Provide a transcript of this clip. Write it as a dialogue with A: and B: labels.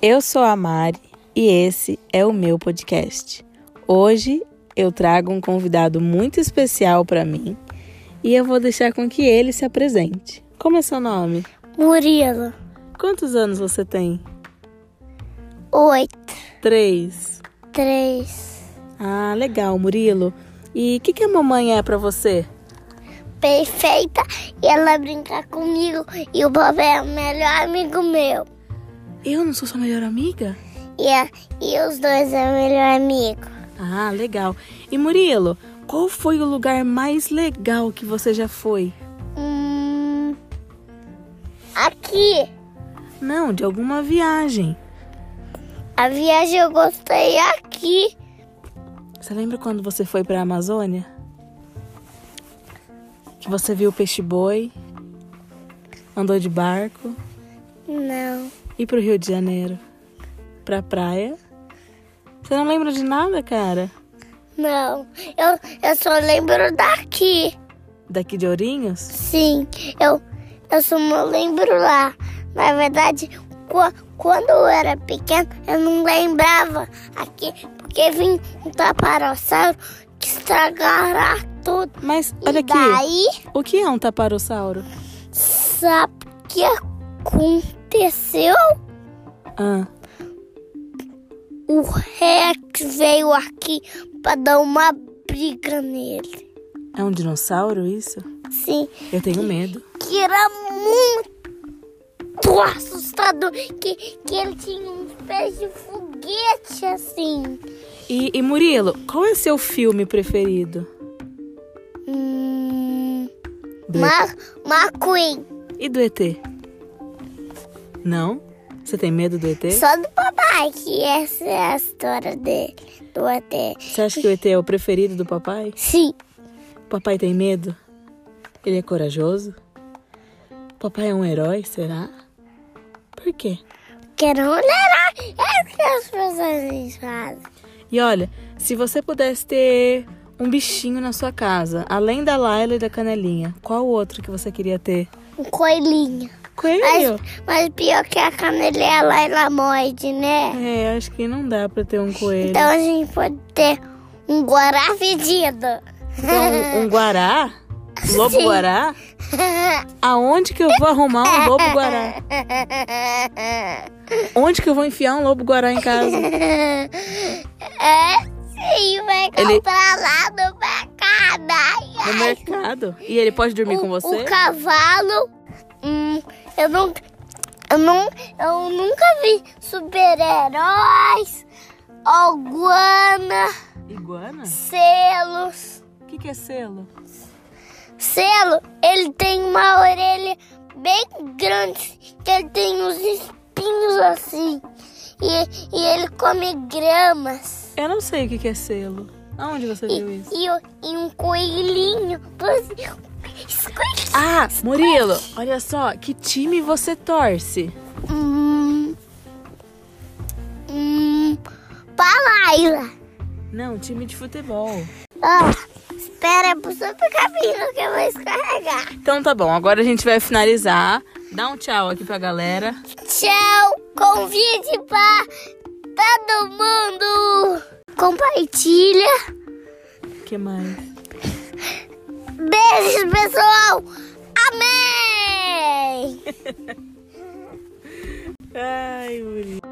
A: Eu sou a Mari e esse é o meu podcast. Hoje eu trago um convidado muito especial para mim e eu vou deixar com que ele se apresente. Como é seu nome?
B: Murilo,
A: Quantos anos você tem?
B: oito,
A: Três.
B: três,
A: Ah, legal, Murilo. E o que, que a mamãe é para você?
B: perfeita e ela brinca comigo e o Bob é o melhor amigo meu.
A: Eu não sou sua melhor amiga?
B: E, a- e os dois é o melhor amigo.
A: Ah, legal. E Murilo, qual foi o lugar mais legal que você já foi?
B: Hum, aqui,
A: Não, de alguma viagem.
B: a viagem eu gostei aqui.
A: Você lembra quando você foi para a Amazônia? Que você viu o peixe-boi, andou de barco
B: Não,
A: e pro Rio de Janeiro, pra praia. Você não lembra de nada, cara?
B: não, eu, eu só lembro daqui.
A: Daqui de Ourinhos?
B: Sim, eu, eu só não lembro lá. Na verdade, qua- quando eu era pequeno, eu não lembrava aqui, porque vinha um taparossauro que estragara tudo.
A: Mas olha
B: e
A: aqui,
B: daí,
A: o que é um taparossauro?
B: sabe o que aconteceu?
A: Ah,
B: O Rex veio aqui pra dar uma briga nele.
A: é um dinossauro isso?
B: Sim,
A: Eu tenho medo.
B: que era muito assustador, que, que ele tinha uns pés de foguete assim.
A: E, e Murilo, qual é seu filme preferido?
B: Hum,
A: Do
B: Ma McQueen,
A: E do ET? Não? Você tem medo do ET?
B: só do papai, que essa é a história dele, do ET.
A: Você acha que o ET é o preferido do papai?
B: Sim,
A: Papai tem medo? Ele é corajoso? Papai é um herói, será? Por quê?
B: quero um herói, é o que as pessoas fazem.
A: E olha, se você pudesse ter um bichinho na sua casa, além da Laila e da Canelinha, qual outro que você queria ter?
B: Um coelhinho.
A: Coelho?
B: Mas, mas pior que a canelinha lá, ela morde, né?
A: É, acho que não dá pra ter um coelho.
B: Então a gente pode ter um guará fedido.
A: Então, um, um guará? Lobo
B: Sim.
A: guará? Aonde que eu vou arrumar um lobo guará? Onde que eu vou enfiar um lobo guará em casa?
B: É, sim, vai
A: Ele-
B: comprar lá no mercado. Ai,
A: No
B: ai.
A: mercado? E ele pode dormir
B: o,
A: com
B: o
A: você?
B: cavalo. Hum, eu não. Eu, não, eu nunca vi super-heróis, alguana,
A: Iguana?
B: selos.
A: O que, que é selo?
B: Selo, ele tem uma orelha bem grande, que ele tem uns espinhos assim. E, e ele come gramas.
A: Eu não sei o que, que é selo. Aonde você
B: E,
A: viu isso?
B: e o- e um coelhinho. assim, squish.
A: Ah, Murilo, olha só, que time você torce?
B: Hum, hum, pra Laila.
A: Não, time de futebol.
B: Ah, espera, é pro supercamino que eu vou escorregar.
A: Então tá bom, agora a gente vai finalizar. Dá um tchau aqui pra galera.
B: Tchau, convide pra todo mundo. Compartilha.
A: O que mais?
B: Beijos, pessoal. Amém.
A: Ai, Murilo.